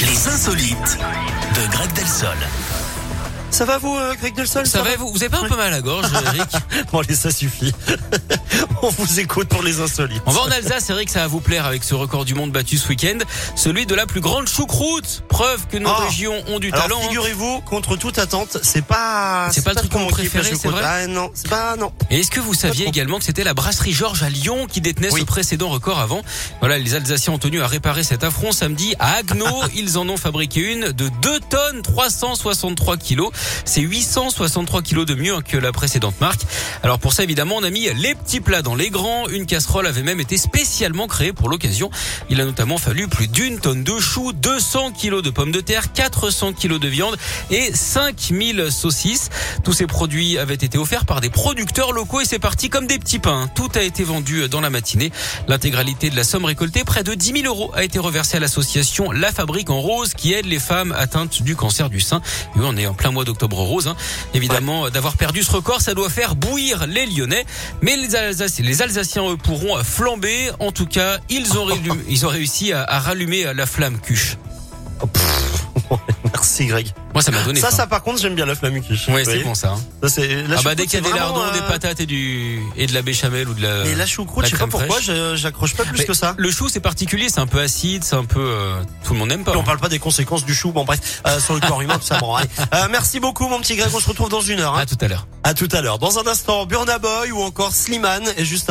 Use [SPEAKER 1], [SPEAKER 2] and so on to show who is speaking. [SPEAKER 1] Les insolites de Greg Delsol.
[SPEAKER 2] Ça va vous, euh, Greg Nelson
[SPEAKER 3] Ça va, vous, vous avez pas un peu mal à la gorge, Eric
[SPEAKER 2] Bon, allez, ça suffit. On vous écoute pour les insolites.
[SPEAKER 3] On va en Alsace, Eric, ça va vous plaire avec ce record du monde battu ce week-end. Celui de la plus grande choucroute. Preuve que nos
[SPEAKER 2] Ah.
[SPEAKER 3] régions ont du talent.
[SPEAKER 2] Alors,
[SPEAKER 3] hein.
[SPEAKER 2] figurez-vous, contre toute attente, c'est pas.
[SPEAKER 3] C'est pas le truc
[SPEAKER 2] trop
[SPEAKER 3] qu'on
[SPEAKER 2] mon kiff,
[SPEAKER 3] préférait,
[SPEAKER 2] la
[SPEAKER 3] c'est vrai
[SPEAKER 2] choucroute. Ah non, c'est pas. Non.
[SPEAKER 3] Et est-ce que vous saviez également que c'était la brasserie Georges à Lyon qui détenait
[SPEAKER 2] Oui.
[SPEAKER 3] ce précédent record avant Voilà, les Alsaciens ont tenu à réparer cet affront samedi à Agneau. ils en ont fabriqué une de 2 tonnes 363 kilos. C'est 863 kilos de mieux que la précédente marque. Alors pour ça, évidemment, on a mis les petits plats dans les grands. Une casserole avait même été spécialement créée pour l'occasion. Il a notamment fallu plus d'une tonne de choux, 200 kilos de pommes de terre, 400 kilos de viande et 5000 saucisses. Tous ces produits avaient été offerts par des producteurs locaux et c'est parti comme des petits pains. Tout a été vendu dans la matinée. L'intégralité de la somme récoltée, près de 10 000 euros, a été reversée à l'association La Fabrique en Rose qui aide les femmes atteintes du cancer du sein. Et oui, on est en plein mois d'octobre rose. hein. Évidemment, d'avoir perdu ce record, ça doit faire bouillir les Lyonnais. Mais les, Alsaciens, les Alsaciens eux, pourront flamber. En tout cas, ils ont, rélu- ils ont réussi à, à rallumer la flamme cuche.
[SPEAKER 2] Merci, Greg.
[SPEAKER 3] Moi, ça m'a donné
[SPEAKER 2] Ça,
[SPEAKER 3] faim.
[SPEAKER 2] ça, par contre, j'aime bien la flamme quiche.
[SPEAKER 3] Ouais, c'est
[SPEAKER 2] Oui.
[SPEAKER 3] bon ça. hein.
[SPEAKER 2] Ça, c'est- la
[SPEAKER 3] Ah bah
[SPEAKER 2] choucroute,
[SPEAKER 3] dès qu'il y a
[SPEAKER 2] c'est
[SPEAKER 3] des
[SPEAKER 2] vraiment,
[SPEAKER 3] lardons, des
[SPEAKER 2] euh,
[SPEAKER 3] patates et du et de la béchamel ou de la.
[SPEAKER 2] Mais la choucroute,
[SPEAKER 3] la
[SPEAKER 2] je sais pas
[SPEAKER 3] crème
[SPEAKER 2] pourquoi,
[SPEAKER 3] fraîche.
[SPEAKER 2] je- j'accroche pas plus
[SPEAKER 3] Mais
[SPEAKER 2] que ça.
[SPEAKER 3] Le chou c'est particulier, c'est un peu acide, c'est un peu euh, tout le monde n'aime pas.
[SPEAKER 2] Puis on
[SPEAKER 3] hein.
[SPEAKER 2] parle pas des conséquences du chou, bon bref, euh, sur le corps humain, tout ça, bon, allez. Euh, merci beaucoup, mon petit Greg, on se retrouve dans une heure. hein.
[SPEAKER 3] À tout à l'heure.
[SPEAKER 2] À tout à l'heure. Dans un instant, Burna Boy ou encore Slimane, et juste avant.